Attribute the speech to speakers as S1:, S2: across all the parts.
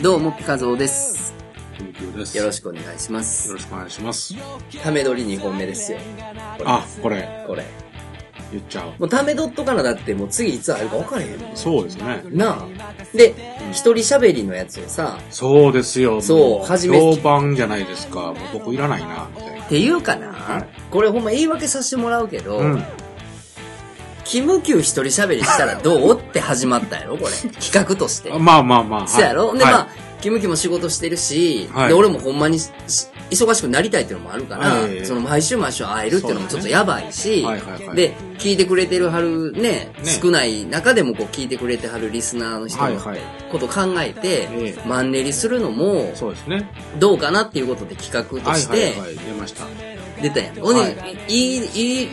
S1: どうもピカゾウです
S2: 緊急です。
S1: よろ
S2: し
S1: しくお願いしま
S2: く。よ
S1: す
S2: ろしくお願いします。
S1: ため撮り2本目ですよ
S2: あ、これ、
S1: これ
S2: 言っちゃう。
S1: もうため撮っとかなだってもう次いつあるか分からへんも
S2: そうですね。
S1: んなあで一人喋りのやつをさ
S2: そうですよ。
S1: そう
S2: も
S1: 初めて
S2: 評判じゃないですか。もう僕いらないな、みたいな
S1: っ。ていうかな、
S2: はい
S1: これほんま言い訳させてもらうけど、
S2: うん。
S1: キムキュー一人喋りしたらどうって始まったやろこれ企画と して
S2: あまあまあまあ。はい
S1: そうやろ、で、
S2: はい
S1: まあ、キムキも仕事してるし、
S2: はい
S1: で、俺もほんまにし忙しくなりたいっていうのもあるから、
S2: はい
S1: その毎週毎週会えるっていうのもちょっとやばいし、
S2: そうだねはいはいはい
S1: で、聞いてくれてるはるね、
S2: ね
S1: 少ない中でもこう聞いてくれてはるリスナーの人
S2: はい
S1: の
S2: はい。
S1: ことを考えて、
S2: ええ
S1: マンネリするのも、
S2: そうですね。
S1: どうかなっていうことで企画と
S2: はい
S1: し
S2: はい
S1: て
S2: はい。出ました。い
S1: 出たやん。ほんで、、
S2: はい
S1: いいい、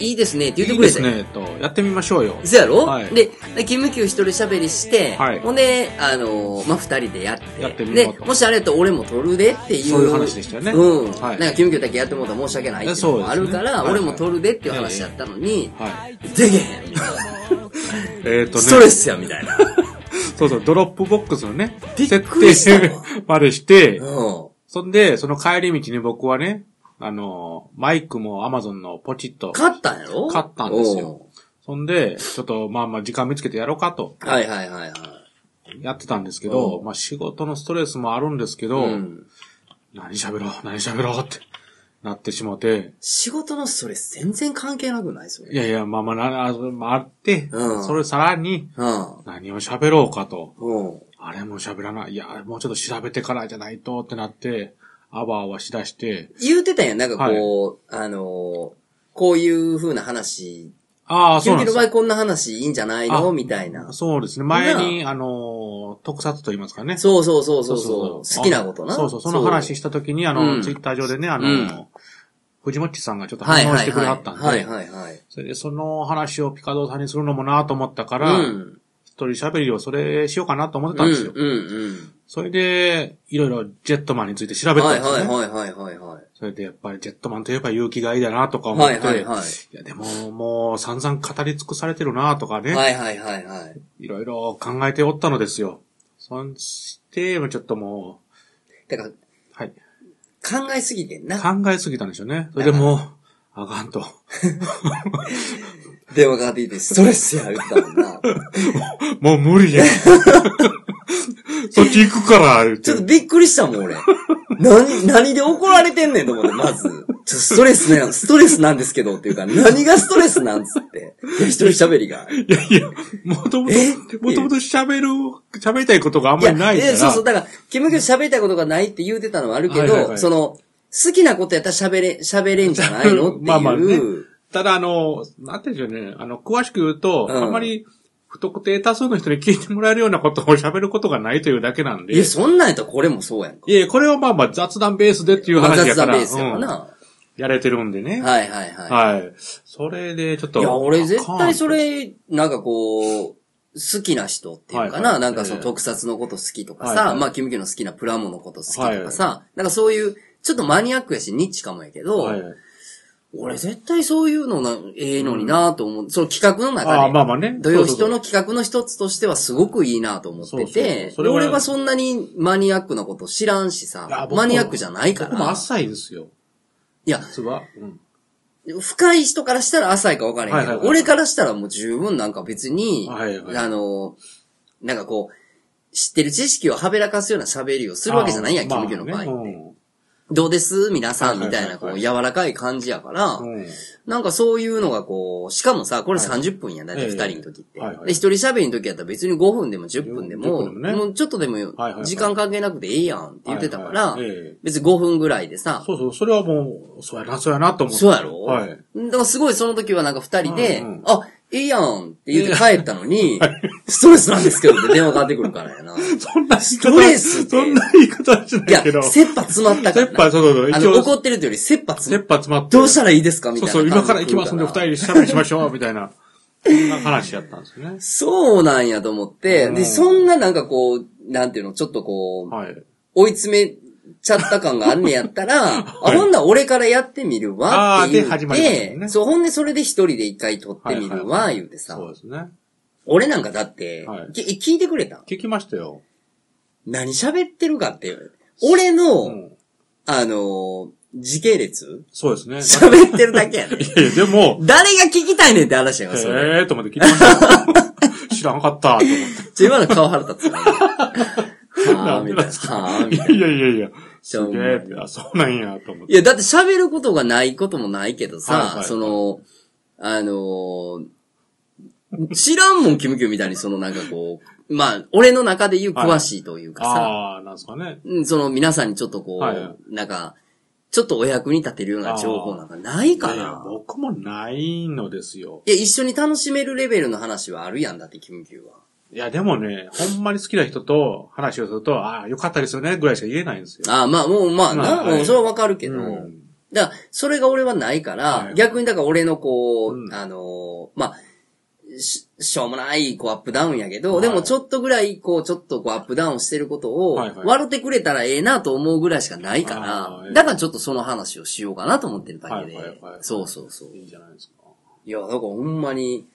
S1: いいですねって言って
S2: い
S1: くれ
S2: で
S1: た
S2: す
S1: やん
S2: ね、と。やってみましょうよ。
S1: そうやろ、
S2: はい
S1: で、でキムキュー一人喋りして、
S2: はい
S1: ほんで、あのーまあ、二人でやって。
S2: やってみ
S1: で
S2: ようと、
S1: もしあれやったら俺も撮るでっていう。
S2: そういう話でしたよね
S1: うん。
S2: はい
S1: なんかキムキューだけやってもらったら申し訳ないっていうのもあるから、
S2: そうですねはい
S1: 俺も撮るでっていう話やったのに、
S2: はい。
S1: でけへんみたいな。
S2: えっとね。
S1: ストレスやみたいな。
S2: そうそう、ドロップボックスのね、
S1: びっくりしたわ
S2: 設定までして、
S1: うん。
S2: そんで、その帰り道に僕はね、あの、マイクも Amazon のポチッと。
S1: 勝ったんやろ
S2: 勝ったんですよ。そんで、ちょっとまあまあ時間見つけてやろうかと
S1: うんはいはいはいはい。
S2: やってたんですけど、
S1: うん
S2: まあ仕事のストレスもあるんですけど、
S1: うん
S2: 何喋ろう、何喋ろうってなってしもて、
S1: 仕事のストレス全然関係なくないそ
S2: い
S1: れ。
S2: やいや、まあまあな、あまああって、
S1: うん
S2: それさらに
S1: うん。
S2: 何を喋ろうかと、
S1: うん。
S2: あれも喋らない、いや、もうちょっと調べてからじゃないとってなって、あわあわしだして、
S1: 言うてたんやん。なんかこう、あのーこういう風な話
S2: ああ、
S1: キ
S2: そ
S1: ム
S2: うなん
S1: キの
S2: です
S1: 場
S2: よ
S1: 合こんな話いいんじゃないの
S2: あ
S1: みたいな。
S2: そうですね。前に、あの、特撮と言いますかね。
S1: そうそうそうそうそう。好きなことな。
S2: そうそう、その話したときに、あ
S1: うん
S2: の、ツイッター上でね、あ
S1: うん
S2: の、藤本さんがちょっと
S1: は
S2: 反
S1: い
S2: 応
S1: は
S2: し
S1: い
S2: てく
S1: はい。
S2: れはったん
S1: は
S2: で
S1: い、はいはい。
S2: それでその話をピカドーさんにするのもなと思ったか
S1: う
S2: ら、
S1: ん。
S2: 一人喋りをそれしようかなと思って
S1: う
S2: た
S1: ん
S2: ん
S1: う
S2: ですよ。
S1: ん
S2: それで、いろいろジェットマンについて調
S1: うん。
S2: べたん
S1: はい
S2: です
S1: はい
S2: ね。
S1: はいはいはいはい。
S2: それでやっぱりジェットマンといえば勇気がいいだなとか思っ
S1: はい
S2: て、
S1: はい
S2: い
S1: はい。
S2: やでももう散々語り尽くされてるなとかね、
S1: はいはいはいはい。
S2: いろいろ考えておったのですよ。そして、ちょっとも
S1: だから、
S2: う、はい。
S1: 考えすぎてんな。
S2: 考えすぎたんでしょうね。それでもう、あかんと。
S1: 電話かかってきて、ストレスや、言ってたもんな。
S2: もう無理 や。そっち行くから、言っ
S1: ちょってと。びっくりしたもん、俺。何、何で怒られてんねんと思って、まず。ちょっとストレスね、ストレスなんですけど、っていうか、何がストレスなんつって。で一人喋りが。
S2: いやいや、もとも
S1: え
S2: と、もともと喋る、喋りたいことがあんまりないか
S1: や
S2: ら。
S1: やそうそう、だから、キムキョ喋りたいことがないって言うてたのはあるけど、
S2: はいはいはい
S1: その、好きなことやったら喋れ、喋れんじゃない のっていう。
S2: まあまあねただ、あの、なんていうんでしょうね。あの、詳しく言うと、
S1: うん
S2: あんまり、不特定多数の人に聞いてもらえるようなことを喋ることがないというだけなんで。
S1: いや、そんなんやったらこれもそうやんか。
S2: いやいやこれはまあまあ雑談ベースでっていう話
S1: 雑
S2: やか
S1: 談
S2: ら。
S1: ベースやもん
S2: うん
S1: な。
S2: やれてるんでね。
S1: はいはいは
S2: はい。それで、ちょっ
S1: い。
S2: と。
S1: いや、俺絶
S2: あかん
S1: 対それ、なんかこう、好きな人っていうかな、
S2: はいはい
S1: なんかその特撮のこと好きとかさ、
S2: はいはい
S1: まあ、キムキョの好きなプラモのこと好きとかさ、なんかそういう、ちょっとマニアックやし、ニッチかもやけど、
S2: はい
S1: 俺絶対そういうのな、ええのになと思う、その企画の中で。
S2: ああ、まあまあね。
S1: 土曜
S2: そうそう
S1: 人
S2: そう
S1: の企画の一つとしてはすごくいいなと思って
S2: そうそう
S1: て、
S2: そうそれは
S1: 俺はそんなにマニアックなこと知らんし
S2: いや
S1: さ、
S2: 僕も
S1: マニアックじゃないか
S2: 僕も
S1: ら。
S2: 浅いですよ。
S1: いや、
S2: 実は。うん。
S1: 深い人からしたら浅いか分からへんけど、
S2: はいはいはい
S1: 俺からしたらもう十分なんか別に、
S2: はいはい
S1: あの、なんかこう、知ってる知識をはべらかすような喋りをするわけじゃないやん、キ
S2: あ
S1: ムキの場合。
S2: まあね
S1: どうです皆さんみたい
S2: は
S1: な、
S2: い
S1: こ
S2: はいは
S1: う、
S2: い
S1: 柔らかい感じやから
S2: う、んうん
S1: なんかそういうのがこう、しかもさ、これ
S2: はい
S1: 30分やん、だいたい2人の時って。
S2: はいはい
S1: で、1人喋りの時やったら別に5分でも10分でも、
S2: 10分でもね
S1: もうちょっとでも
S2: はいはい
S1: 時間関係なくてええやんって言ってたから、
S2: はいはいええ
S1: 別に5分ぐらいでさ、
S2: そうそう、それはもう、そうやな、そうやなと思って。
S1: そうやろ
S2: はい。
S1: だからすごいその時はなんか2人で、
S2: うんうん
S1: あ、ええやんって言って帰ったの に、ストレスなんですけどって電話かかってくるからやな。い
S2: そんな言い
S1: ストレスで
S2: そんな言い方しな
S1: や
S2: いけど。、
S1: 切羽詰まったか
S2: 切
S1: ら
S2: 羽、
S1: な。
S2: そうそうそう、
S1: あ
S2: 一
S1: の、
S2: 応、
S1: 怒ってるというより切羽詰
S2: 切
S1: まっ
S2: 羽詰まって。
S1: どうしたらいいですかみたい
S2: そ
S1: うな
S2: そう、今から行きますんで、二
S1: 人
S2: 人で喋りしましょう、みたいな。そんな話やったんですね。
S1: そうなんやと思って、
S2: うん
S1: で、そんななんかこう、なんていうの、ちょっとこう、
S2: はい。
S1: 追い詰めちゃった感があんねやったら、 あ、ほんなら俺からやってみるわって言
S2: あーで
S1: っ、
S2: 始まりましてたね
S1: そう、ほんでそれで一人で一回撮ってみるわ、
S2: はいはいはい
S1: 言うてさ、
S2: そうですね。
S1: 俺なんかだって、
S2: はい
S1: き聞いてくれた
S2: 聞きましたよ。
S1: 何喋ってるかって。俺の、
S2: うん。
S1: あのー時系列
S2: そうですね。
S1: 喋ってるだけ やで。
S2: いやいや、でも、
S1: 誰が聞きたいねんって話や から、それ。
S2: ええーと思って聞きましたよ。 知らんかった、と思っ
S1: ちょ、今の顔腹立つ な。は
S2: な
S1: ぁ、
S2: ん
S1: みた
S2: でないん
S1: な。
S2: です
S1: はぁ、みたい
S2: て。
S1: な。
S2: いやいやいや。
S1: ちょ
S2: すげえって、あ、そうなんや、と思っ
S1: い
S2: て。
S1: や、だって喋ることがないこともないけどさ、
S2: はいはい
S1: その、あのー知らんもん、キムキムみたいに、そのなんかこう、まあ、俺の中で言う詳しいというかさ、
S2: ああ、なんですかね。
S1: うんその皆さんにちょっとこう、
S2: はいはい
S1: なんか、ちょっとお役に立てるような情報なんかないか
S2: いやいや
S1: な。
S2: 僕もないのですよ。
S1: いや、一緒に楽しめるレベルの話はあるやんだって、キムキムは。
S2: いや、でもね、ほんまに好きな人と話をすると、ああ、よかったですよね、ぐらいしか言えないんですよ。
S1: ああ、まあ、もう、まあ、
S2: ま
S1: な、
S2: あはい
S1: うんそれはわかるけど、
S2: うん
S1: だから、それが俺はないから、
S2: はい
S1: 逆にだから俺のこう、
S2: うん
S1: あのーまあ、し、しょうもない、こう、アップダウンやけど、
S2: はい
S1: でもちょっとぐらい、こう、ちょっとこう、アップダウンしてることを、
S2: はいはい
S1: 笑ってくれたらええなと思うぐらいしかないか
S2: あ
S1: ら、
S2: ー
S1: だからちょっとその話をしようかなと思ってるだけで。
S2: はいはいはい
S1: そうそうそう。
S2: いいじゃないですか。
S1: いや、だからほんまに、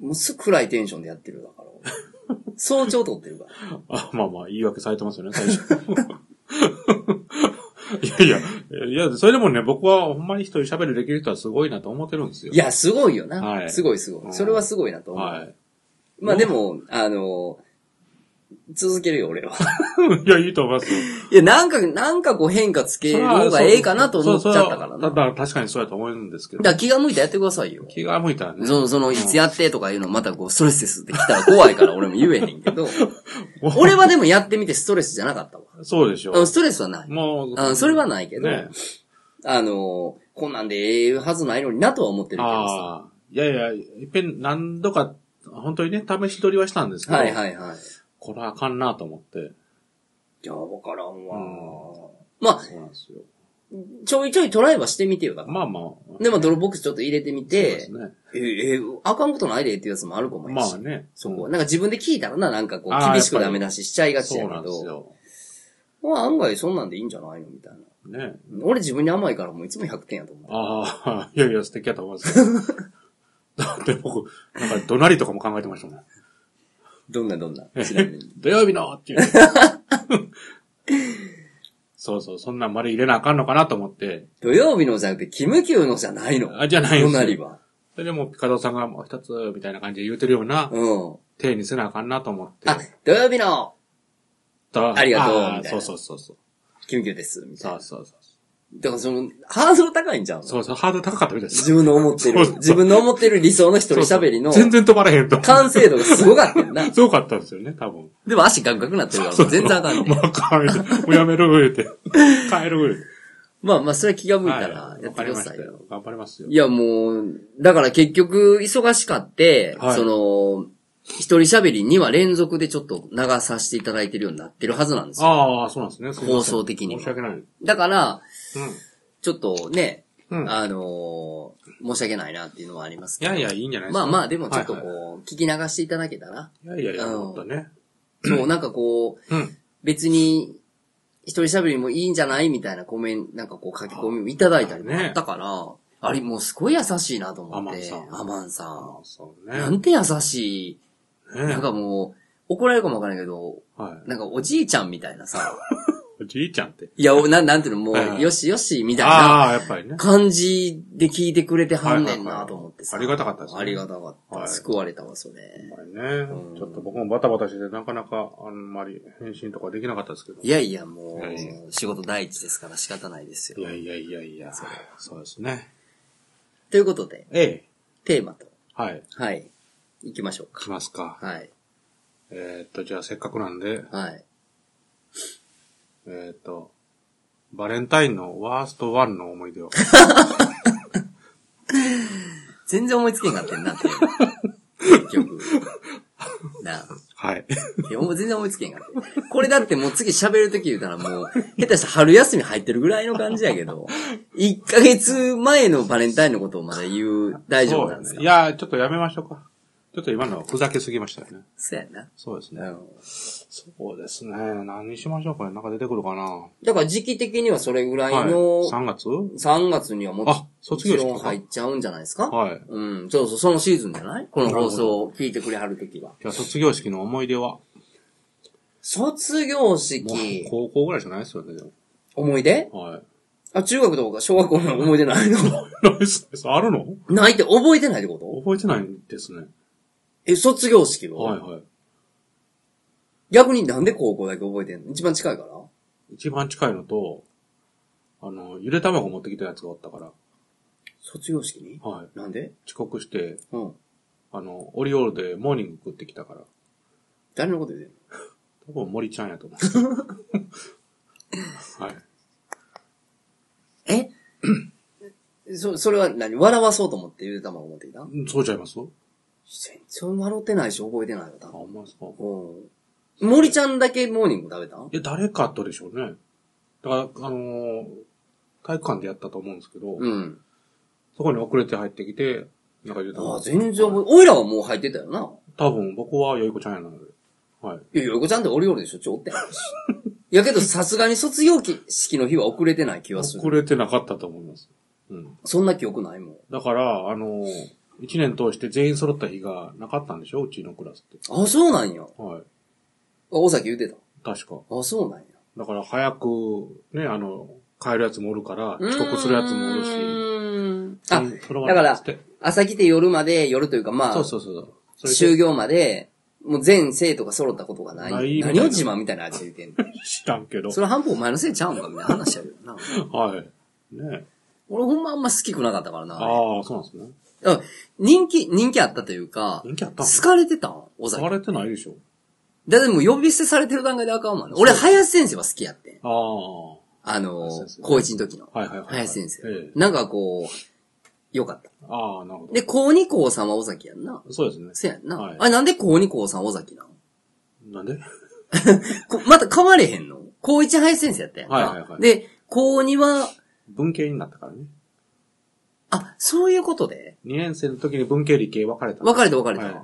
S1: もうすぐ暗いテンションでやってるだから。 俺早朝撮ってるから。
S2: あ、まあまあ、言い訳されてますよね、最初。 いやいや、いや、それでもね、僕はほんまに一人喋るできる人はすごいなと思ってるんですよ。
S1: い、や、すごいよな。
S2: はい
S1: すごいすご
S2: う
S1: い。
S2: ん
S1: それはすごいなと思う。
S2: はい。
S1: まあでも、あの、続けるよ、俺は。
S2: いや、いいと思いますよ。
S1: いや、なんか、なんかこう変化つける方がええかなと思っちゃったからな。
S2: だ
S1: だ
S2: か
S1: から
S2: 確かにそうやと思うんですけど。
S1: ら気が向いたらやってくださいよ。
S2: 気が向いたらね。
S1: その、その、いつやってとかいうのまたこう、ストレスですって来たら怖いから俺も言えへんけ ど、俺はでもやってみてストレスじゃなかったわ。
S2: そうでしょ
S1: あ。のストレスはない。
S2: もう、
S1: あそれはないけど、
S2: ね。
S1: あの、こんなんでええはずないのになとは思ってるけどさ。
S2: ああ。いやいや、いっぺん何度か、本当にね、試し撮りはしたんですけど、
S1: はいはいはい。
S2: これはあかんなと思って。
S1: いや、わからん
S2: う
S1: わ。まあ、
S2: そうなんですよ。
S1: ちょいちょいトライはしてみてよ、だから。
S2: まあまあ。
S1: でも、泥ボックスちょっと入れてみ
S2: そうで
S1: て
S2: す、ね。
S1: ええあかんことないでっていうやつもあるかもいい
S2: ま
S1: し。
S2: あね。
S1: そこは。なんか自分で聞いたらな、なんかこ
S2: あ
S1: う、
S2: ー
S1: 厳しくダメ出ししちゃいがち
S2: そ
S1: や
S2: う
S1: け
S2: なんです
S1: ど、
S2: よ。
S1: まあ案外そんなんでいいんじゃないのみたいな。
S2: ね。
S1: 俺自分に甘いからもういつも100点やと思う。
S2: ああ、 いやいや、素敵やと思い ますよ。だって僕、なんか怒鳴りとかも考えてましたもん。
S1: どんなどんな。ちなみに。
S2: 土曜日の っていう。そうそう、そんなんまで入れなあかんのかなと思って。
S1: 土曜日のじゃなくて、キムキューのじゃないの。
S2: あ、じゃないん
S1: ど
S2: です
S1: なり
S2: よ。
S1: は。
S2: それでもうピカドさんがもう一つ、みたいな感じで言うてるような、
S1: うん。
S2: 手にせなあかんなと思って。
S1: あ、土曜日の
S2: だ
S1: ありがとう
S2: あー
S1: みたい
S2: そ
S1: な
S2: うそうそうそう。
S1: キムキューです。みたい
S2: そ
S1: な
S2: う。そうそう。
S1: だからその、ハードル高いんじゃん。
S2: そうそう、ハードル高かったみたいです。
S1: 自分の思ってる
S2: そうそう、
S1: 自分の思ってる理想の一人喋りの
S2: そうそう全然止まらへんと。
S1: 完成度がすごかったよな。
S2: すごかったんですよね、多分。
S1: でも足ガクガクなってるから、全然あかんねん
S2: もう帰 る。もうやめろ、言うて。帰る、
S1: まあまあ、それは気が向い
S2: 言う
S1: た
S2: て。
S1: ら
S2: は、い
S1: や
S2: わ
S1: っ
S2: か
S1: て
S2: り
S1: くだ
S2: まし
S1: さ
S2: た
S1: いよ。
S2: よ。頑張りますよ
S1: い。やもう、だから結局忙しかって、
S2: はい
S1: その、一人喋りには連続でちょっと流させていただいてるようになってるはずなんですよ。
S2: ああ、そうなんですね。すいません
S1: 放送的にも
S2: 申し訳ない。うん。
S1: だから、ちょっとね、
S2: うん。
S1: あのー申し訳ないなっていうのはあります
S2: い
S1: けど。
S2: やいや、いいんじゃないです
S1: ま
S2: か。
S1: あまあ、でもちょっとこう、
S2: はい
S1: 聞き流していただけたら、
S2: はいいやいやいや、
S1: うん
S2: もっとね。
S1: そう、なんかこう、
S2: うん。
S1: 別に、一人喋りもいいんじゃないみたいなコメント、なんかこう書き込みもいただいたりもあったから、あれもうすごい優しいなと思って。
S2: アマンさん
S1: アマンさん
S2: あそうね。
S1: なんて優しい。
S2: ね
S1: なんかもう、怒られるかもわからないけど、
S2: はい。
S1: なんかおじいちゃんみたいなさ、
S2: おじいちゃんって。
S1: いや、おななんていうの、も
S2: はいは
S1: う、
S2: い
S1: よしよし、みたいな
S2: ああ、やっぱりね。
S1: 感じで聞いてくれてはんねん
S2: はいはいは
S1: ないと思ってさ。
S2: ありがたかったですね
S1: ありがたかった。
S2: はい
S1: 救われたわ、それ。
S2: やっぱりね。ちょっと僕もバタバタして、なかなかあんまり返信とかできなかったですけど。
S1: いやいや、も
S2: いやいや
S1: う、仕事第一ですから仕方ないです
S2: い
S1: よ。
S2: やいやいやいや、そうですね。
S1: ということで、
S2: ええ。
S1: テーマと、
S2: はい。
S1: はい、行きましょうか。
S2: 来ますか。
S1: はい、
S2: えーっと、じゃあせっかくなんで、
S1: はい。
S2: えーっと、バレンタインのワーストワンの 思い出を。
S1: 全然思いつけんかったんなって。 結局。なあ。
S2: はい。
S1: いや、もう全然思いつけへんから。これだってもう次喋るとき言うたらもう、下手したら春休み入ってるぐらいの感じやけど、1ヶ月前のバレンタインのことをまだ言う、大丈夫なんですか、
S2: そうねいや、ちょっとやめましょうか。ちょっと今のはふざけすぎましたよね。
S1: そうやな。
S2: そうです
S1: う
S2: ね。
S1: ん。
S2: そうですね。何にしましょうこれ。なんか出てくるかな
S1: だから時期的にはそれぐらいの
S2: はい。3月
S1: 3月にはも
S2: あ卒業式か
S1: もちろん入っちゃうんじゃないですか
S2: はい。
S1: うん。そうそう、そのシーズンじゃないこの放送を聞いてくれはるときは。
S2: じゃあ卒業式の思い出は
S1: 卒業
S2: もう
S1: 式、
S2: 高校ぐらいじゃないですよね、でも
S1: 思い出
S2: はい。
S1: あ、中学とか小学校の思い出ないの
S2: ないですねあるの
S1: ないって覚えてないってこと
S2: 覚えてないんですね。
S1: え、卒業式を、
S2: はいはい。
S1: 逆になんで高校だけ覚えてんの一番近いから
S2: 一番近いのと、あの、ゆで卵持ってきたやつがおったから、
S1: 卒業式に
S2: はい。
S1: なんで
S2: 遅刻して、
S1: うん。
S2: あの、オリオールでモーニング食ってきたから、
S1: 誰のこと言うてんの
S2: 多分森ちゃん やと思う。はい。
S1: えそ、それは何笑わそうと思ってゆで卵持ってきた
S2: うんそうちゃいます
S1: 全然笑ってないし覚えてないよ、多
S2: あ、
S1: 分
S2: ほんまですか。
S1: うん。森ちゃんだけモーニング食べたん
S2: いや、誰かとでしょうね。だから、あのー体育館でやったと思うんですけど、
S1: うん。
S2: そこに遅れて入ってきて、なんか言うた
S1: あ
S2: ら
S1: あ、全然覚え、おいらはもう入ってたよな。
S2: 多分僕はよいこちゃんやなので。はい。
S1: いや、よこちゃんってオリオルでしょ、ちょおってん。いやけど、さすがに卒業式の日は遅れてない気はす
S2: 遅
S1: る。
S2: れてなかったと思います。うん。
S1: そんな記憶ないもん。
S2: だから、あのー、一年通して全員揃った日がなかったんでしょうちのクラスって。
S1: あ、そうなんや。あ、
S2: はい。
S1: 尾崎言うてた。
S2: 確か。
S1: あ、そうなんや。
S2: だから早く、ね、あの、帰るやつもおるから、遅刻するやつもおるし
S1: う。ーん
S2: う
S1: あ、
S2: ん揃わ
S1: だか
S2: ない
S1: ら
S2: っつって
S1: 朝来て夜まで、夜というかま
S2: そ
S1: あ
S2: う、そうそうそう。それ
S1: 就
S2: で
S1: 業まで、もう全生徒が揃ったことがない。
S2: ないみたい
S1: 何
S2: な
S1: を自慢みたいな味で言うてん の。
S2: 知らんけど。
S1: それ半分お前のせいちゃうんかみたいな話やけど な。
S2: はい。ね
S1: 俺ほんまあんま好きくなかったからな。
S2: ああ、そうなんですね。
S1: うん人気、人気あったというか、
S2: 人気あった
S1: 好かれてたん尾
S2: 使わ
S1: 崎。
S2: れてないでしょ。
S1: だってもう呼び捨てされてる段階であかんもんね。俺、林先生は好きやってん。
S2: ああ。
S1: あの
S2: 林先生、
S1: 高1の時の。
S2: はいはいはいはい
S1: 林先生
S2: ええ。
S1: なんかこう、よかった。
S2: ああ、なるほど。
S1: で、高2高3は尾崎やんな。
S2: そうですね。
S1: せやんな。
S2: はい
S1: あれなんで高2高3尾崎なの
S2: なんで
S1: こまた変われへんの高1林先生やったやんか。
S2: はいはいはい
S1: で、高2は、
S2: 文系になったからね。
S1: あ、そういうことで
S2: 2年生の時に文系理系分かれた。
S1: 別れた別れた。
S2: はい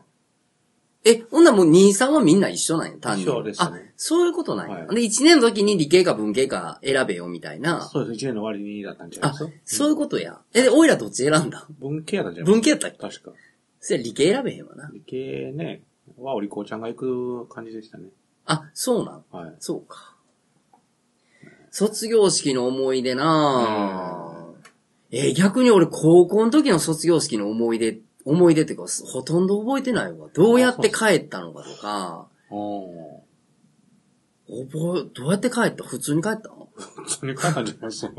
S1: え、ほんならもう2、3はみんな一緒なんや、単
S2: 一緒でしたね
S1: あ、そういうことなんや。
S2: はい
S1: で、1年の時に理系か文系か選べよ、みたいな。
S2: そうです。1年の終わりにだったんじゃない
S1: あ
S2: ですか。、
S1: そういうことや。え、で、おいらどっち選んだん
S2: 文系やったんじゃない
S1: 文系やったっけ
S2: 確か。
S1: そりゃ理系選べへんわな。
S2: 理系ね、はお利口ちゃんが行く感じでしたね。
S1: あ、そうなん。
S2: はい。
S1: そうか。卒業式の思い出なぁ。え、逆に俺高校の時の卒業式の思い出、思い出っていうか、ほとんど覚えてないわ。どうやって帰ったのかとか、
S2: お
S1: 覚え、どうやって帰った普通に帰ったの
S2: ー。それからなんじゃない ですか。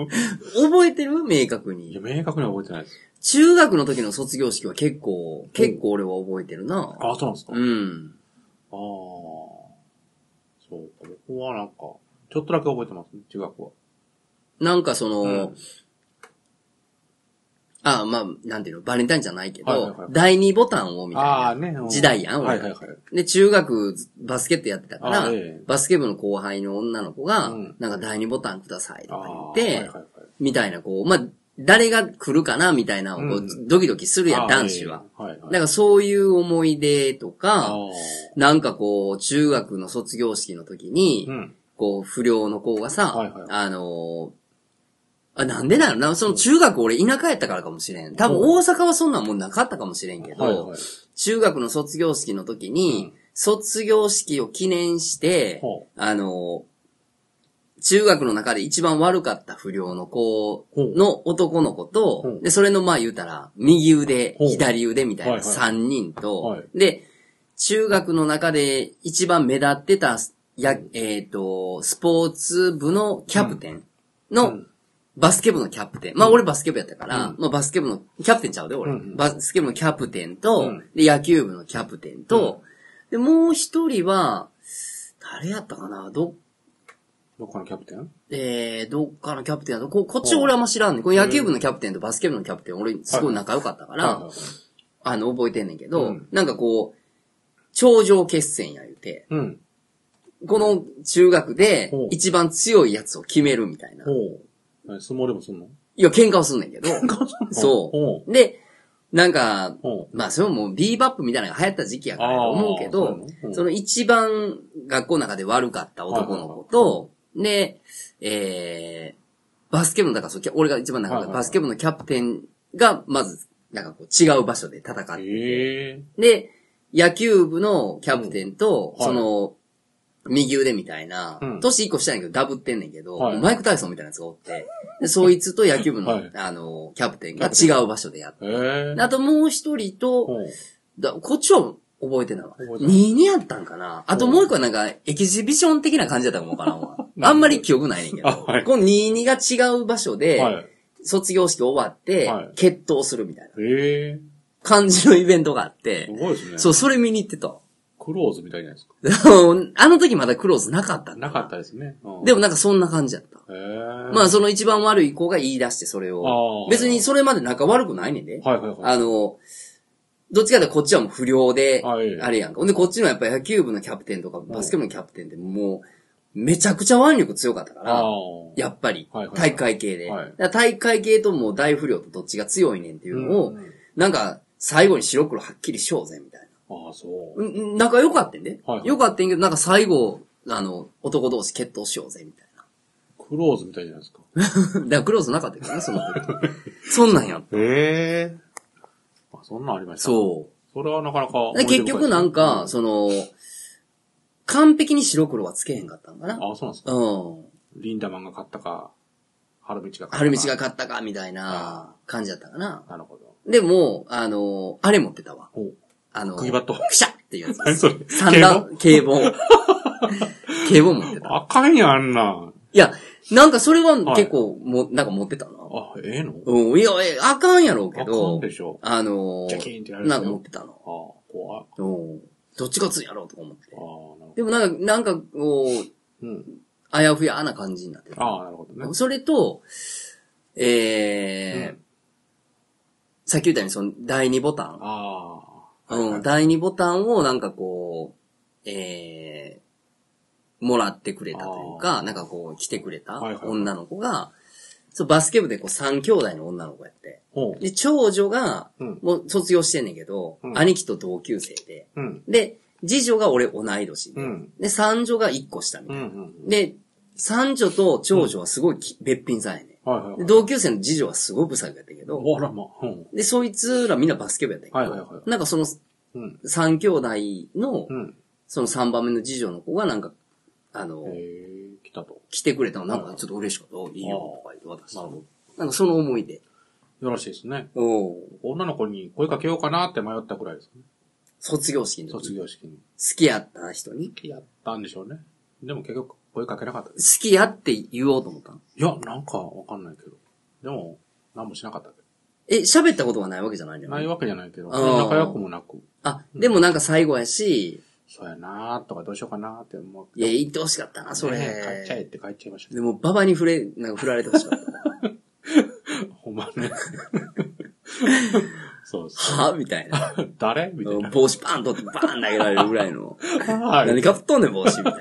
S1: 覚えてる明確に
S2: いや、。明確には覚えてないです。
S1: 中学の時の卒業式は結構、結構俺は覚えてるな。
S2: ああ、そうなんですか。
S1: う
S2: ああ。
S1: ん。
S2: そうか。僕はなんか、ちょっとだけ覚えてますね、中学は。
S1: なんかその、
S2: うん
S1: あ、まあ、なんていうの、バレンタインじゃないけど、
S2: はいはいはい
S1: 第二ボタンをみたい
S2: あ
S1: な。
S2: あ、ね。うん
S1: 時代やん
S2: は
S1: 俺
S2: いはいはい。
S1: で、中学バスケットやってたから、
S2: あええ
S1: バスケ部の後輩の女の子が、
S2: うん
S1: なんか第二ボタンくださいと
S2: あ
S1: か
S2: あ、
S1: 言って、
S2: はいはいはい
S1: みたいなこう、まあ、誰が来るかなみたいなのをこう、
S2: うん
S1: ドキドキするや
S2: あ
S1: ん、
S2: あ
S1: 男子は。。
S2: ええはいはい。
S1: だからそういう思い出と
S2: あ
S1: か
S2: あ、
S1: なんかこう、中学の卒業式の時に、
S2: うん。
S1: こう、不良の子がさ、
S2: はいはい
S1: あのーあ、なんでなのな、その中学俺田舎やったからかもしれん。多分大阪はそんなんもうなかったかもしれんけど、
S2: はいはい。
S1: 中学の卒業式の時
S2: う
S1: に
S2: ん、
S1: 卒業式を記念して、
S2: ほ
S1: あのー中学の中で一番悪かった不良の子の男の子
S2: ほ
S1: と、
S2: う
S1: で、それのまあ言うたら、右腕、
S2: ほう
S1: 左腕みたい
S2: は
S1: ない
S2: はい
S1: 3人と、
S2: はい
S1: で、中学の中で一番目立ってた、や、えっ、と、スポーツ部のキャプテンの、
S2: うん
S1: バスケ部のキャプテン。まあ俺バスケ部やったから、
S2: うん
S1: まあバスケ部の、キャプテンちゃうで俺、
S2: うんうん
S1: バスケ部のキャプテンと、
S2: うん
S1: で野球部のキャプテンと、で、もう一人は、誰やったかなど、
S2: どっかのキャプテン
S1: えー、どっかのキャプテンやと、ここっち俺あんま知らんねん。この野球部のキャプテンとバスケ部のキャプテン、俺すごい仲良かったから、
S2: はいはいはい
S1: あの、覚えてんねんけど、
S2: うん
S1: なんかこう、頂上決戦や言うて、
S2: うん。
S1: この中学で
S2: ほう
S1: 一番強いやつを決めるみたいな。
S2: ほう。え相撲でもすんの
S1: いや、喧嘩をすんねんけど、
S2: 喧嘩すんの
S1: そう
S2: ほ
S1: で、なんか、
S2: ほう
S1: まあそれももうビーバップみたいなのが流行った時期やからやと思うけ
S2: あ
S1: ど
S2: ーそうなのう、ん
S1: その一番学校の中で悪かった男の子と、で、えー、バスケ部の、だからそう俺が一番仲
S2: はい
S1: 良
S2: はいい
S1: バスケ部のキャプテンが、まず、なんかこう違う場所で戦って、
S2: ええ
S1: で、野球部のキャプテンと、
S2: うんは
S1: そ
S2: い
S1: の、右腕みたいな、
S2: うん
S1: 年一個下やねんけど、ダブってんねんけど、
S2: はい
S1: マイク・タイソンみたいなやつがおって、でそいつと野球部の、
S2: はい
S1: あの、キャプテンが違う場所でやって、
S2: ええ
S1: あともう一人と、
S2: ほう
S1: だこっちは覚えてんのは、
S2: 覚えてない
S1: 22やったんかなあともう一個はなんか、エキシビション的な感じだった かもわからんわ。あんまり記憶ないねんけど、
S2: あはい
S1: この22が違う場所で、
S2: はい。
S1: 卒業式終わって、
S2: はい
S1: 決闘するみたいな
S2: ええ
S1: 感じのイベントがあって、
S2: すごいですね。
S1: そう、それ見に行ってた。
S2: クローズみたいじゃないですか。
S1: あの時まだクローズなかったんだ
S2: なかったですね。うん
S1: でもなんかそんな感じだった。
S2: ええ
S1: まあその一番悪い子が言い出してそれ
S2: あ
S1: を。
S2: ー
S1: 別にそれまで仲悪くないねんで。
S2: はいはいはい。
S1: あの、どっちかというとこっちはもう不良で、あ
S2: はい
S1: れやんか。ほんでこっちのやっぱ野球部のキャプテンとかバスケ部のキャプテンってもう、めちゃくちゃ腕力強かったか
S2: あ
S1: ら、
S2: や、
S1: やっぱり
S2: はいはい、はい
S1: 大会系で。
S2: はい
S1: だから大会系ともう大不良とどっちが強いねんっていうのを、
S2: うん
S1: なんか最後に白黒はっきりしようぜみたいな。
S2: ああ、そう。
S1: うん仲良かったんで。
S2: はいはい
S1: 良かったんけど、なんか最後、あの、男同士決闘しようぜ、みたい
S2: クローズみたいじゃないですか。
S1: な。だ からクローズなかったからね、その 時。そんなんや。
S2: ええあ、そんなんありました。う。
S1: そ
S2: それはなかなか
S1: う。で結局なんか、その、完璧に白黒はつけへんかったんかな。
S2: あ、そうなんですか。
S1: うん。
S2: リンダマンが勝ったか、春道が勝ったか。
S1: 春道が勝ったか、みたいな感じだったかな。
S2: なるほど。
S1: でも、あの、あれ持ってたわ。
S2: おう
S1: あの、
S2: 釘バット
S1: くしゃっていうやつで
S2: 何
S1: す。
S2: それ
S1: 三段、警棒。 警棒持ってた。
S2: あかんやん、あんなん。
S1: いや、なんかそれは結構、も、なんか持ってたな。
S2: あ、ええの
S1: うん、いや、え、あかんやろうけ
S2: あかん
S1: ど、
S2: でしょ。
S1: あの
S2: ジャキーンってやら
S1: ー、
S2: れる
S1: な
S2: よ
S1: んか持ってたの
S2: あ。怖い。
S1: うんどっちがついやろうとか思って
S2: ああ、なる。ほ
S1: でもなんか、なんかこう、
S2: ど。うん。
S1: あやふやな感じになってた。
S2: ああ、なるほどね。
S1: それと、えー
S2: うん
S1: さっき言ったようにその第2ボタン。
S2: ああ。
S1: うん、第2ボタンをなんかこう、えー、もらってくれたというか、なんかこう来てくれた
S2: はいはい
S1: 女の子が、そうバスケ部でこう3兄弟の女の子やって。
S2: ほう。
S1: で、長女が、
S2: うん。
S1: もう卒業してんねんけど、
S2: うん
S1: 兄貴と同級生で。
S2: うん。
S1: で、次女が俺同い年で。
S2: うん
S1: で、三女が一個下み
S2: う
S1: たい
S2: ん
S1: な。
S2: うん。
S1: で、三女と長女はすごいき、べっぴんさんやね
S2: はいはいは
S1: で
S2: い。
S1: 同級生の次女はすごい不細工やったけど、
S2: おあらま。うん。
S1: で、そいつらみんなバスケ部やったけど、
S2: はいはいは
S1: なんかその
S2: うん。
S1: 三兄弟の、
S2: うん。
S1: その三番目の次女の子がなんか、あの、
S2: へえ、来たと。
S1: 来てくれたのなんかちょっと嬉しかった。おいいよ、とか言って渡し
S2: なるほ
S1: た。なんかその思い出。
S2: ど。よろしいですね。
S1: おう
S2: 女の子に声かけようかなって迷ったくらいですね。
S1: 卒業式の時
S2: 卒業式に。
S1: 好きやった人に
S2: やったんでしょうね。でも結局声かけなかったです。
S1: 好きやって言おうと思ったの
S2: いや、なんかわかんないけど。でも、何もしなかったけ
S1: え、喋ったことがないわけじゃないんだ
S2: ど。
S1: よ
S2: ない
S1: ね。
S2: わけじゃないけど、
S1: あー
S2: 仲良くもなく、
S1: あ、でもなんか最後やし、
S2: そうやなーとかどうしようかなーって思って。
S1: いや、言ってほしかったな、それ。
S2: ね帰っちゃえって帰っちゃいました
S1: で
S2: ね。
S1: も、ババに触れ、なんか振られてほ しかった。
S2: ほんま ね。そうそ
S1: はみたいな。
S2: う。誰みたいな。
S1: 帽子パーン取ってバーン投げられるぐらいの。
S2: はい
S1: 何かぶっとんねん、帽子みたい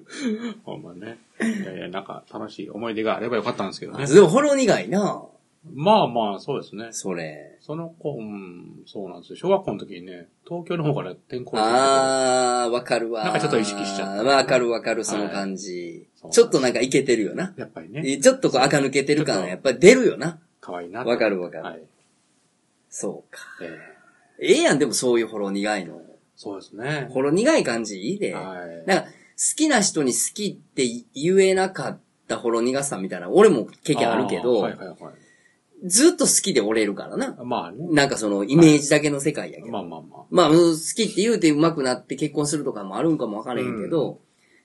S2: ほんまね。いやいや、なんか楽しい思い出があればよかったんですけどね
S1: な。。でも、ほろ苦いな
S2: まあまあ、そうですね。
S1: それ。
S2: その子、うん、そうなんですよ。小学校の時にね、東京の方から転校して
S1: あー、わかるわ。
S2: なんかちょっと意識しちゃった
S1: わかるわかる、その感じ
S2: は。い
S1: ちょっとなんかいけてるよな
S2: き。てやっぱりね、
S1: ちょっとこう、垢抜けてる感がやっぱり出るよな。
S2: 可愛いなと
S1: わかるわかる。
S2: はい。
S1: そうか。
S2: ええ
S1: ええやん、でもそういうほろ苦いの。
S2: そうですね。
S1: ほろ苦い感じいいで。
S2: はい。
S1: なんか、好きな人に好きって言えなかったほろ苦さみたいな、俺も経験あるけど、
S2: ーはいはいはい。
S1: ずっと好きでおれるからな。
S2: まあね。
S1: なんかその、イメージだけの世界やけど。
S2: まあまあま
S1: まあ、うん好きって言うて上手くなって結婚するとかもあるんかもわからへんけど、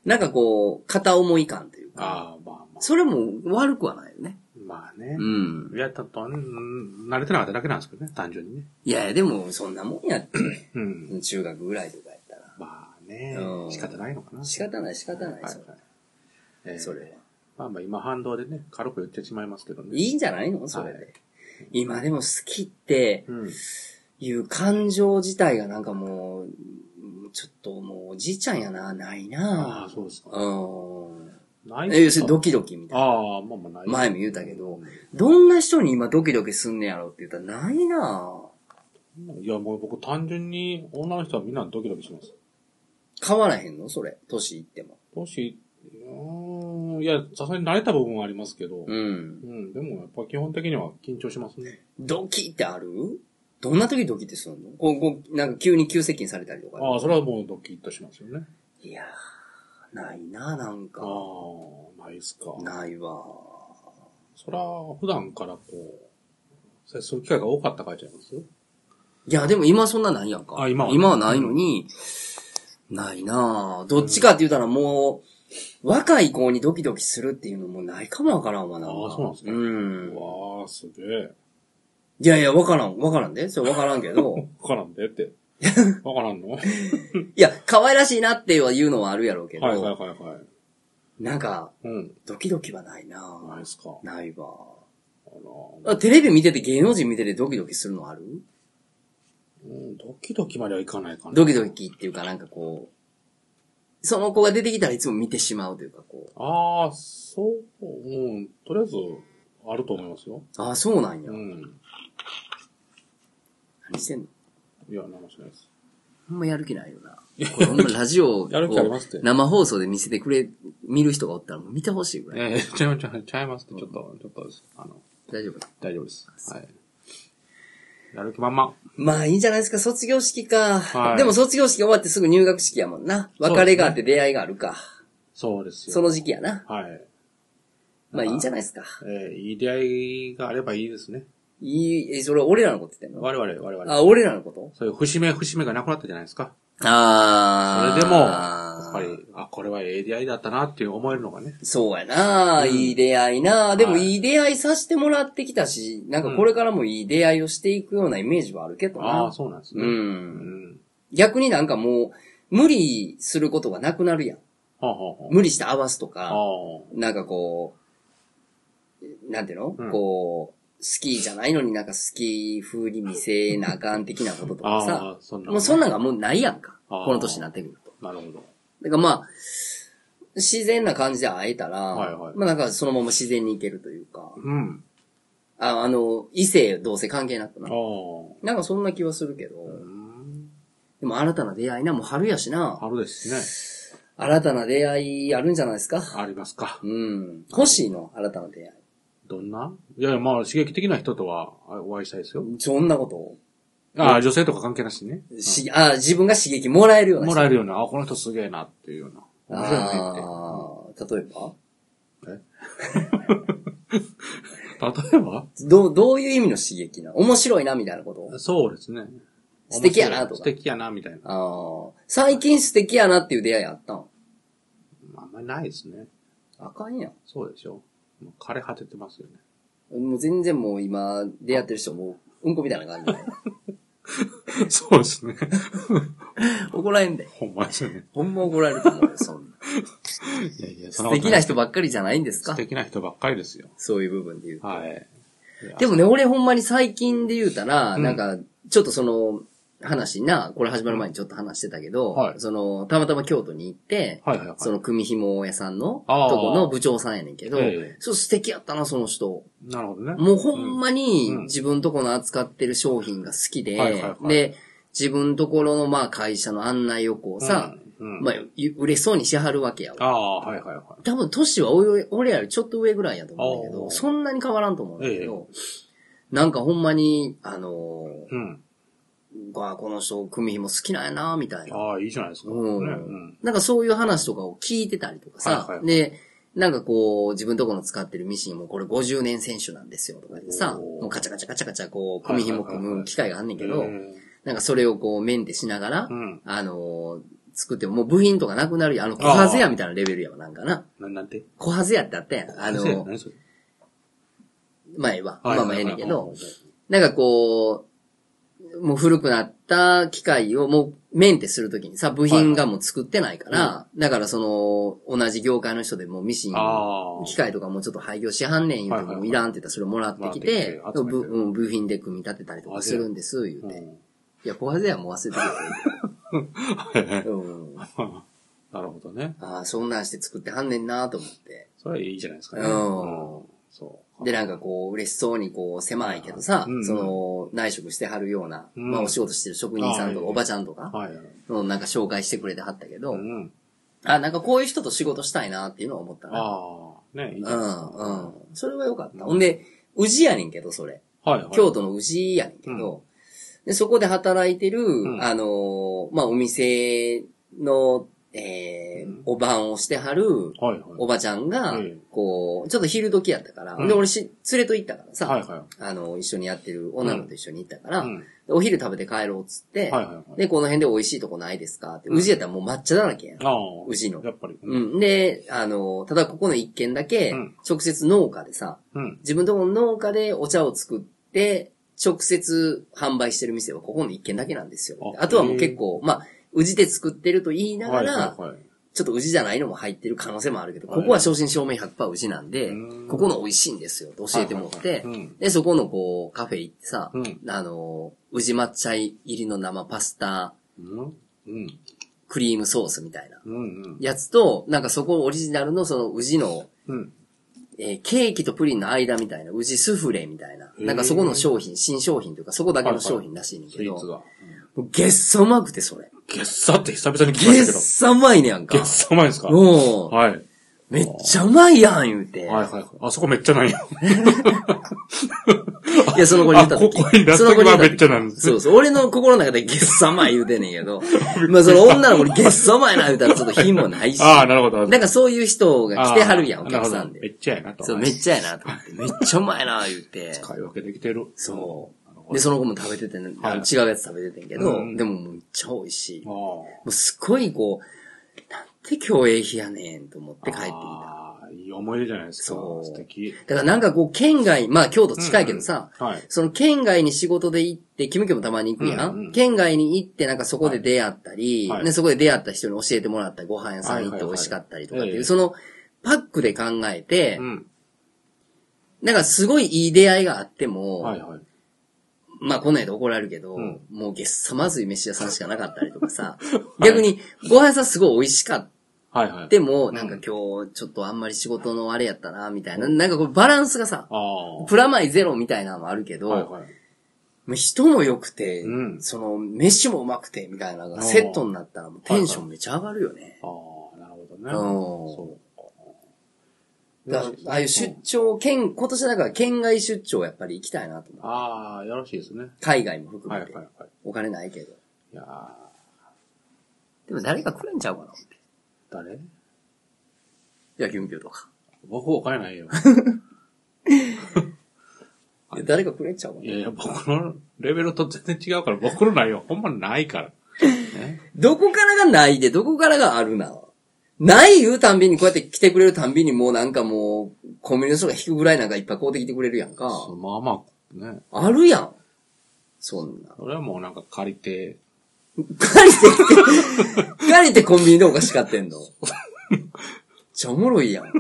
S1: なんかこう、片思い感という
S2: あ。
S1: か、
S2: ああ、まあまあ。
S1: それも悪くはないよね。
S2: まあね
S1: う。ん。
S2: やったと、うん慣れてなかっただけなんですけどね、単純にね。
S1: いやいや、でも、そんなもんやって、
S2: うん。
S1: 中学ぐらいとかやったら。
S2: まあね
S1: う、ん
S2: 仕方ないのかな。
S1: 仕方ない、仕方ない、
S2: はい
S1: それ
S2: はいええ
S1: それは。
S2: まあまあ、今反動でね、軽く言ってしまいますけどね。
S1: いいんじゃないのそれ
S2: はい
S1: で。今でも好きって、
S2: うん。
S1: いう感情自体がなんかもううん、ちょっともうおじいちゃんやな、ない
S2: あ
S1: な
S2: あ、そうですか。
S1: うん。
S2: ない
S1: え、要するにドキドキみたいな。
S2: ああ、まあまあない。
S1: 前も言うたけど、どんな人に今ドキドキすんねやろって言ったらないな
S2: いや、もう僕単純に女の人はみんなドキドキします。
S1: 変わらへんのそれ。年いっても。
S2: 年、うーん、いや、さすがに慣れた部分はありますけど、
S1: うん。
S2: うん、でもやっぱ基本的には緊張しますね。
S1: ドキってあるどんな時ドキってするのこう、こう、なんか急に急接近されたりとか。
S2: ああ、それはもうドキッとしますよね。
S1: いやー、ないな、なん
S2: あ
S1: か。
S2: あ、ないっすか。
S1: ないわ。
S2: そら、普段からこう、接する機会が多かったからちゃいます
S1: いや、でも今そんなないやんか。
S2: あ今は
S1: ないのに、ないなどっちかって言ったらもう、若い子にドキドキするっていうのもないかもわからんわな。
S2: あそうなんですね
S1: うん
S2: う。わあ、すげえ。
S1: いやいや、わからん、わからんで。 それわからんけど。
S2: わからんで って。わからんのはい
S1: いや、可愛らしいなっては言うのはあるやろうけど、
S2: はいはいはい。
S1: なんか、
S2: うん。
S1: ドキドキはないな
S2: ないっすか。
S1: ないわ。
S2: あら
S1: あテレビ見てて芸能人見ててドキドキするのある
S2: うん、ドキドキまではいかないかな。
S1: ドキドキっていうかなんかこう、その子が出てきたらいつも見てしまうというかこ
S2: ああ、そう、うん。とりあえず、あると思いますよ。
S1: う、ああ、そうなんや。
S2: うん。
S1: 何してんの
S2: いや、なんもしないです。
S1: ほんまやる気ないよな。これほんまラジオを
S2: やる気ありますって
S1: 生放送で見せてくれ、見る人がおったらもう見てほしいぐらい。
S2: ええちゃいます、ちゃいますって、ちょっと、ちょっとです。あの、
S1: 大丈夫
S2: 大丈夫です。はい。やる気満々。
S1: まあいいんじゃないですか、卒業式か。
S2: はい
S1: でも卒業式終わってすぐ入学式やもんな。別れがあって出会いがあるか。
S2: そうですよ。
S1: その時期やな。
S2: はい。
S1: まあいいんじゃないですか。
S2: えー、いい出会いがあればいいですね。
S1: いい、え、それ俺らのこと言ってんの
S2: 我々、我々。
S1: あ、俺らのこと
S2: そういう節目節目がなくなったじゃないですか。そ
S1: あ
S2: れでも、やっぱり、あ、これはええ出会いだったなっていう思えるのがね。
S1: そうやな、
S2: うん
S1: いい出会いなでも
S2: はい
S1: いい出会いさせてもらってきたし、なんかこれからもいい出会いをしていくようなイメージはあるけど
S2: ああ、
S1: な。
S2: そうなんです
S1: う。
S2: ね。うんん。
S1: 逆になんかもう、無理することがなくなるやん。
S2: はあ、は
S1: 無理して合わすと
S2: あ、はあ。
S1: か、
S2: あ
S1: なんかこう、なんていうの、
S2: うん
S1: こう、好きじゃないのになんか好き風に見せなあかん的なことと
S2: あ
S1: かさ。
S2: ああ、そんな。
S1: もうそんなんがもうないやんか。
S2: あー
S1: この年になってくると。
S2: なるほど。
S1: だからまあ、自然な感じで会えたら、
S2: はいはい
S1: まあなんかそのまま自然に行けるというか、
S2: うん。
S1: ああの、異性、同性関係なく
S2: あ
S1: な
S2: あ。。
S1: なんかそんな気はするけど、
S2: うん。
S1: でも新たな出会いな、もう春やしな、
S2: 春です
S1: 新たな出会いあるんじゃないですか。
S2: ね。ありますか。
S1: うん。欲しいの、新たな出会
S2: どんないやいや、まあ、刺激的な人とはあお会いしたいですよ。
S1: い。そんなことを
S2: ああ、女性とか関係なしにね。
S1: し、あ、自分が刺激もらえるような
S2: もらえるような、あ、この人すげえなっていうような。面白いねって。
S1: ああー、例えば
S2: 例えば
S1: どう、どういう意味の刺激なの面白いな、みたいなこと
S2: そうですね。
S1: 素敵やなとか
S2: 面白い素敵やな、みたいな。
S1: ああ、最近素敵やなっていう出会いあったん
S2: まああんまりないですね。
S1: あかんやん。
S2: そうでしょ。もう枯れ果ててますよ ね。
S1: もう全然もう今出会ってる人もう、うんこみたいな感じで。
S2: そうですね。
S1: 怒られんで。
S2: ほんまですよね。
S1: ほんま怒られると思うよ、そ んな。
S2: いやいや、
S1: 素
S2: そんなこと
S1: 敵な人ばっかりじゃないんです
S2: 素
S1: か
S2: 敵な人ばっかりですよ。
S1: そういう部分で言うと。
S2: はい。
S1: でもね、俺ほんまに最近で言うたら、
S2: うん
S1: なんか、ちょっとその、話な、これ始まる前にちょっと話してたけど、
S2: はい
S1: その、たまたま京都に行って、
S2: はいはいはい。
S1: その組紐屋さんの、
S2: あー
S1: とこの部長さんやねんけど、
S2: ええ
S1: そう素敵やったな、その人。
S2: なるほどね。
S1: もうほんまに
S2: うん
S1: 自分とこの扱ってる商品が好きで、
S2: はいはいはい
S1: で、自分ところのまあ会社の案内をこうさ、
S2: うん、うん
S1: まあ、ゆ嬉しそうにしはるわけやわ。
S2: ああ、はいはいは
S1: 多分年は俺俺らよりちょっと上ぐらいやと思うんだけ
S2: あ
S1: ど、
S2: ー
S1: そんなに変わらんと思うんだけど、なんかほんまに、あの
S2: い。うん。
S1: ー、わあこの人、組紐好きなんやな、みたいな。
S2: ああ、いいじゃないですか。
S1: うん
S2: ねうん。
S1: なんかそういう話とかを聞いてたりとかさ、
S2: はいはい
S1: で、なんかこう、自分とこの使ってるミシンもこれ50年選手なんですよとかでさ、
S2: おー
S1: もうカチャカチャカチャカチャこう、組紐組む機会があんねんけ
S2: え
S1: ど、
S2: ー
S1: なんかそれをこう、メンテしながら
S2: う、ん。
S1: あのー、作ってももう部品とかなくなるやんあの、小ハゼやみたいなレベルやわ、なんかな。
S2: ななんて
S1: 小ハゼやってあったやん。あの
S2: 先生
S1: ー、
S2: 何それ
S1: 前は。
S2: はい
S1: まあまあ
S2: はい
S1: ええ
S2: は
S1: ね
S2: い
S1: んけど、なんかこう、もう古くなった機械をもうメンテするときにさ、部品がもう作ってないから、
S2: はい
S1: だからその、同じ業界の人でもうミシン、
S2: ああ。
S1: 機械とかもうちょっと廃業しはんねん言う
S2: は
S1: て、
S2: いはいはい
S1: もういらんって言ったらそれもらってきて、
S2: もらってきて集めて
S1: 部うん部品で組み立てたりとかするんです、言
S2: う
S1: うて。
S2: ん。
S1: いや、小ハゼはもう忘れて
S2: はいはい
S1: くれ。うん。あ
S2: なるほどね。
S1: あ、そんなんして作ってはんねんなと思って。
S2: それはいいじゃないですか
S1: う
S2: ね。
S1: ん。
S2: そう。
S1: で、なんかこう、嬉しそうにこう、狭いけどさ、
S2: うんうん
S1: その、内職してはるような、
S2: うん
S1: まあお仕事してる職人さんと
S2: あ
S1: か、
S2: あ
S1: おばちゃんとか、
S2: はい。
S1: のなんか紹介してくれてはったけど、
S2: うん。
S1: あ、なんかこういう人と仕事したいなっていうのは思ったな。
S2: ああ、ね、いいじ
S1: う
S2: ゃないですか。
S1: ん、うん。それは良かった。
S2: うん
S1: ほんで、宇治やねんけど、それ。
S2: はい、はい。
S1: 京都の宇治やねんけど、で、そこで働いてる、
S2: ん
S1: あのー、まあ、お店の、えー
S2: うん
S1: おばんをしてはる、
S2: はい、はい。
S1: おばちゃんが
S2: ええ、
S1: こう、ちょっと昼時やったから、
S2: うん
S1: で、俺し、連れと行ったからさ、
S2: はい、は
S1: あの、一緒にやってる女の子と一緒に行ったから、
S2: い。うん。
S1: でお昼食べて帰ろうっつって、
S2: はい、はい、はい。
S1: で、この辺で美味しいとこないですかって、
S2: うん
S1: 宇治やったらもう抹茶だらけやん。
S2: ああ、
S1: 宇治の
S2: やっぱり。。
S1: うんん。で、あの、ただここの一軒だけ
S2: うん、
S1: 直接農家でさ、
S2: うん。
S1: 自分とこの農家でお茶を作って、直接販売してる店はここの一軒だけなんですよ。あ
S2: あ
S1: とはも
S2: へ
S1: う
S2: え
S1: 結構、まあ、宇治で作ってると言いなが
S2: はい、
S1: ら、
S2: はい、はい。
S1: ちょっと宇治じゃないのも入ってる可能性もあるけど、
S2: はい
S1: ここは正真正銘100%宇治なんで
S2: うん、
S1: ここの美味しいんですよと教えてもらっ
S2: はい
S1: て
S2: はい、はいうん
S1: で、そこのこう、カフェ行ってさ、
S2: うん
S1: あの、宇治抹茶入りの生パスタ、
S2: うん。うん。
S1: クリームソースみたいな
S2: うん。うん。
S1: やつと、なんかそこオリジナルのその宇治の、
S2: うん。
S1: えーケーキとプリンの間みたいな、宇治スフレみたいな、
S2: へー
S1: なんかそこの商品、新商品というか、そこだけの商品らしいねんだ
S2: ス
S1: け
S2: イ
S1: ど、
S2: ーツが。
S1: もうげっそうまくてそれ。
S2: ゲッサって久々に聞きま
S1: げっ
S2: したけど。
S1: さうまいねやんか
S2: ゲッ。サうまいですかはい。
S1: もう、
S2: はいはい
S1: めっちゃうまいやん言うて。
S2: はい。あそこめっちゃないよ。
S1: いや、その子に言った時
S2: あここに出す時は
S1: その子に言
S2: めっちゃなんです
S1: そうそう。俺の心の中でゲッサマ言うてんねんけ ど。まあ、その女の子にゲッサマやな言うたらちょっと品もないし。
S2: ああ、なるほど。
S1: なんかそういう人が来てはるやん、
S2: あー
S1: お客さん
S2: なるほどめ
S1: で。
S2: っちゃやなと。
S1: そう、めっちゃやなと思って。めっちゃうまいな言うて。
S2: 使い分けできてる。
S1: そう。で、その子も食べててね、
S2: はい
S1: あの違うやつ食べててんけど、
S2: うん
S1: でももうめっちゃ美味しい。
S2: あ
S1: もうすっごいこう、なんて競泳費やねんと思って
S2: あ。
S1: 帰ってきた。
S2: ああ、いい思い出じゃないですか。
S1: そう
S2: 素敵。
S1: だからなんかこう、県外、まあ京都近いけどさ、
S2: はい。
S1: その県外に仕事で行って、キムキムたまに行くやん。
S2: うんうん
S1: 県外に行って、なんかそこで出会ったり、
S2: はい
S1: ね、そこで出会った人に教えてもらったご飯屋さんに行っ
S2: はいはい
S1: て
S2: はい
S1: 美味しかったりとかっていう、
S2: ええ
S1: そのパックで考えて、
S2: うん。
S1: なんかすごいいい出会いがあっても、
S2: はいはい。
S1: まあこんなんやと怒られるけど、
S2: うん
S1: もうげっさまずい飯屋さんしかなかったりとか さ、逆にご飯屋さんすごい美味しかっ
S2: はいはい。
S1: ても、
S2: ん
S1: なんか今日ちょっとあんまり仕事のあれやったな、みたいな、なんかこうバランスがさ、
S2: ああ。
S1: プラマイゼロみたいなのもあるけど、
S2: はいはい。
S1: もう人も良くて、
S2: うん
S1: その、飯もうまくて、みたいなのがセットになったら、もうテンションめちゃ上がるよね。
S2: ああ、なるほど
S1: うん。
S2: ね。そう
S1: だからああいう出張、県、今年だから県外出張やっぱり行きたいなと思う。
S2: ああ、よろしいですね。
S1: 海外も含
S2: はい
S1: め
S2: はい
S1: て。
S2: はい。
S1: お金ないけど。
S2: いやー
S1: でも誰か来るんちゃうかなって。
S2: 誰
S1: いや、キュンキュンとか。
S2: 僕お金ないよ。
S1: いや誰か来れんちゃうか
S2: い
S1: な。
S2: やいや、僕のレベルと全然違うから、僕のないよ。ほんまない から。ね。
S1: どこからがないで、どこからがあるな。ない言うたんびに、こうやって来てくれるたんびに、もうなんかもう、コンビニの人が引くぐらいなんかいっぱい買うてきてくれるやんか。
S2: そうまあまあ、ね。
S1: あるやん。そんな。
S2: それはもうなんか借りて、
S1: 借りて、借りてコンビニでお菓子買ってんの。めっちゃおもろいやん。め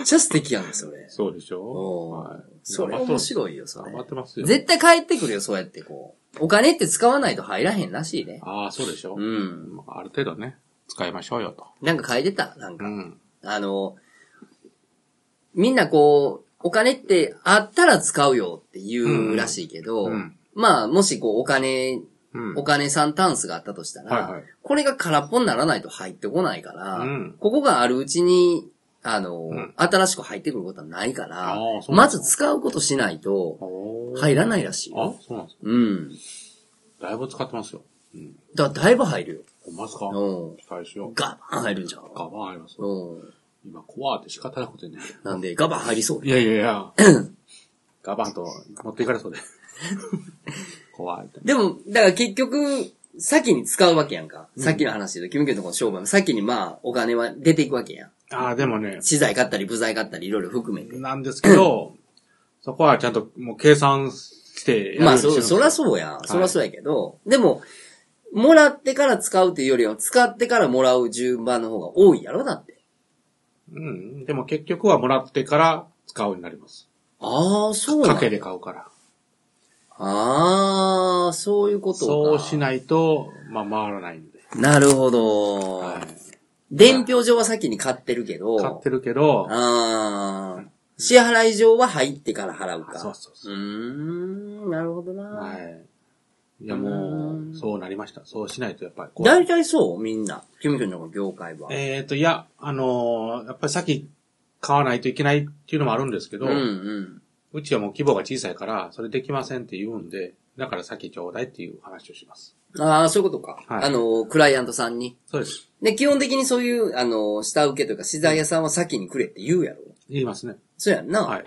S1: っちゃ素敵やん、それ。
S2: そうでしょ
S1: おー
S2: はい。
S1: それ
S2: 頑張っ
S1: 面
S2: てます
S1: 白いよ、それ
S2: 頑。張ってますよ。
S1: 絶対帰ってくるよ、そうやってこう。お金って使わないと入らへんらしいね。
S2: ああ、そうでしょ
S1: う。ん。
S2: まあある程度ね、使いましょうよと。
S1: なんか書いてたなん
S2: う
S1: か。
S2: ん。
S1: あの、みんなこう、お金ってあったら使うよって言うらしいけど、
S2: うんうん
S1: まあ、もしこう、お金
S2: うん。
S1: お金さんタンスがあったとしたら、
S2: はいはい
S1: これが空っぽにならないと入ってこないから、
S2: うん
S1: ここがあるうちに、あの、
S2: ん
S1: 新しく入ってくることはないか
S2: あ
S1: ら
S2: ー、そうなん
S1: ま
S2: だ
S1: ず使うことしないと
S2: おー
S1: 入らないらしい
S2: あ
S1: よ。、
S2: そうなんです
S1: うん。
S2: か。だいぶ使ってますよ。うん。
S1: だ、だいぶ入る
S2: ほんまですか
S1: よ。
S2: 期待しよ
S1: う。。
S2: うん
S1: ガバン入るんじゃん。
S2: ガバンあります。
S1: うん。
S2: 今、怖って仕方なくてね。
S1: なんで、ガバン入りそう
S2: いやいやいや。ガバンと持っていかれそうで。怖いって。
S1: でも、だから結局、先に使うわけやんか。さっきの話で言うと、キムキムとこの商売も先にまあ、お金は出ていくわけやん。
S2: ああ、でもね、
S1: 資材買ったり、部材買ったり、いろいろ含めて。
S2: なんですけど、そこはちゃんともう計算してやる
S1: まあ、そ、
S2: う
S1: そらそうやん。そらそうやけど、でも、もらってから使うというよりは、使ってからもらう順番の方が多いやろだって。
S2: うん。でも結局はもらってから使うようになります。
S1: ああ、そうな
S2: か
S1: ん
S2: けで買うから。
S1: ああ、そういうことか。
S2: そうしないと、まあ回らないんで。
S1: なるほど。
S2: はい。
S1: 伝票上は先に買ってるけど。
S2: 買ってるけど、
S1: ああ。支払い上は入ってから払うか。
S2: そうそうそう
S1: うーん、なるほどな。、
S2: う。はいい。いや、も
S1: うん
S2: う、そうなりました。そうしないと、やっぱりこう。
S1: 大体そうみんな。君君の業界は。
S2: えっ、と、いや、あのーやっぱり先買わないといけないっていうのもあるんですけど、
S1: う
S2: うん
S1: うん。
S2: ちはもう規模が小さいから、それできませんって言うんで、だから先ちょうだいっていう話をします。
S1: ああ、そういうことか。
S2: はい
S1: あの、クライアントさんに。
S2: そうです。
S1: で、基本的にそういう、あの、下請けというか、資材屋さんは先にくれって言うやろ。
S2: 言いますね。
S1: そうやんな。
S2: はい。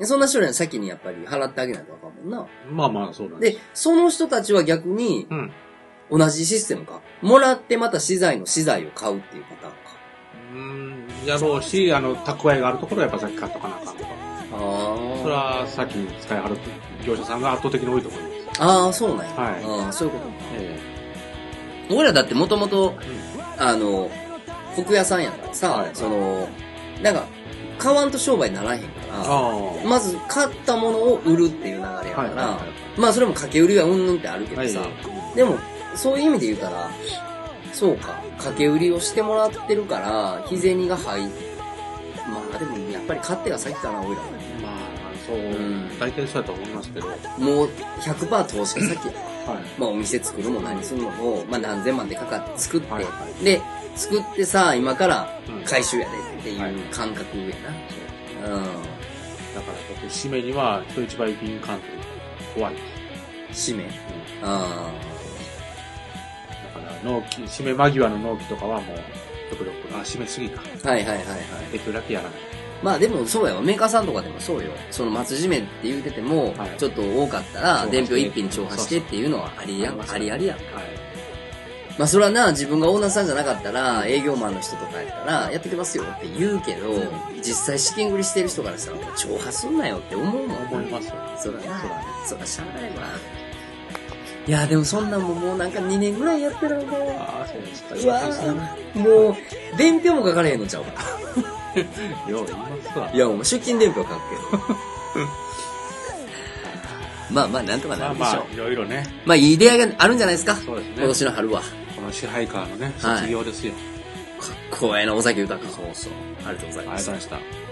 S1: でそんな人には先にやっぱり払ってあげないとあかんもんな。
S2: まあまあ、そうなんです。
S1: で、その人たちは逆に、
S2: うん。
S1: 同じシステムか。もらってまた資材の資材を買うっていうパターンか。
S2: うん、やろうし、あの、蓄えがあるところはやっぱ先買っとかなあかんとか。
S1: あ
S2: それは先に使いはる業者さんが圧倒的に多いと思います。
S1: ああ、そうなんや。
S2: はい
S1: ああ、そういうこ
S2: え
S1: と。俺らだってもともと
S2: え、
S1: あの、服屋さんやからさ、
S2: はい
S1: その、なんか、買わんと商売にならへんから、
S2: ああ。
S1: まず買ったものを売るっていう流れやから、
S2: はいは
S1: まあそれも掛け売りはうんぬんってある
S2: い
S1: け
S2: は
S1: ど
S2: い。
S1: さ、
S2: はい
S1: でも、そういう意味で言うたら、そうか、掛け売りをしてもらってるから、日銭が入っまあでもやっぱり勝手が先かな、俺らは。
S2: まあ、そう、
S1: ん
S2: 大体そうだと思いますけど、はい。
S1: もう100%投資が先や。まあお店作るも何するのも、まあ何千万でかかって作って、
S2: はいは
S1: で、作ってさ、今から
S2: うん
S1: 回収やでっていう感覚やな。うん。
S2: だから、僕、締めには人一倍敏感というか怖いです。
S1: 締め。
S2: うん
S1: あ
S2: だから、納期、締め間際の納期とかはもう、極力、あ、締めすぎか。
S1: あ。はいはいはいはい。
S2: できるだけやらない。
S1: まあでもそうやわ。メーカーさんとかでもそうよ。その松締めって言うてても、
S2: はい
S1: ちょっと多かったら、
S2: そう
S1: 伝票一品調和してっていうのはありや
S2: そうそ
S1: ん、
S2: う
S1: ありありやん。
S2: はい。
S1: まあそれはな、自分がオーナーさんじゃなかったら、営業マンの人とかやったら、やってきますよって言うけど、実際資金繰りしてる人からしたら、調和すんなよって思うもん。
S2: 思いますよ。
S1: そうだな
S2: そうだね。
S1: そうだ、しゃあないわ。いや、でもそんなんももうなんか2年ぐらいやってるのよ。
S2: ああ、そうですか。
S1: うわぁ、もう、伝票も書かれへんのちゃうか。
S2: よう言いますわ
S1: い。や、お前出勤伝票書くけど。まあまあ、なんとか
S2: ま
S1: な
S2: あ
S1: るでしょう。まあ
S2: まあ、いろいろね。
S1: いい出会いがあるんじゃないですか。
S2: そうですね
S1: 今年の春は。か
S2: この支配下のね、
S1: はい
S2: 卒業ですよ。
S1: っこええな、尾崎豊か。
S2: そうそう。
S1: ありがとうござい
S2: ありがとうご
S1: ます
S2: ざい。ました。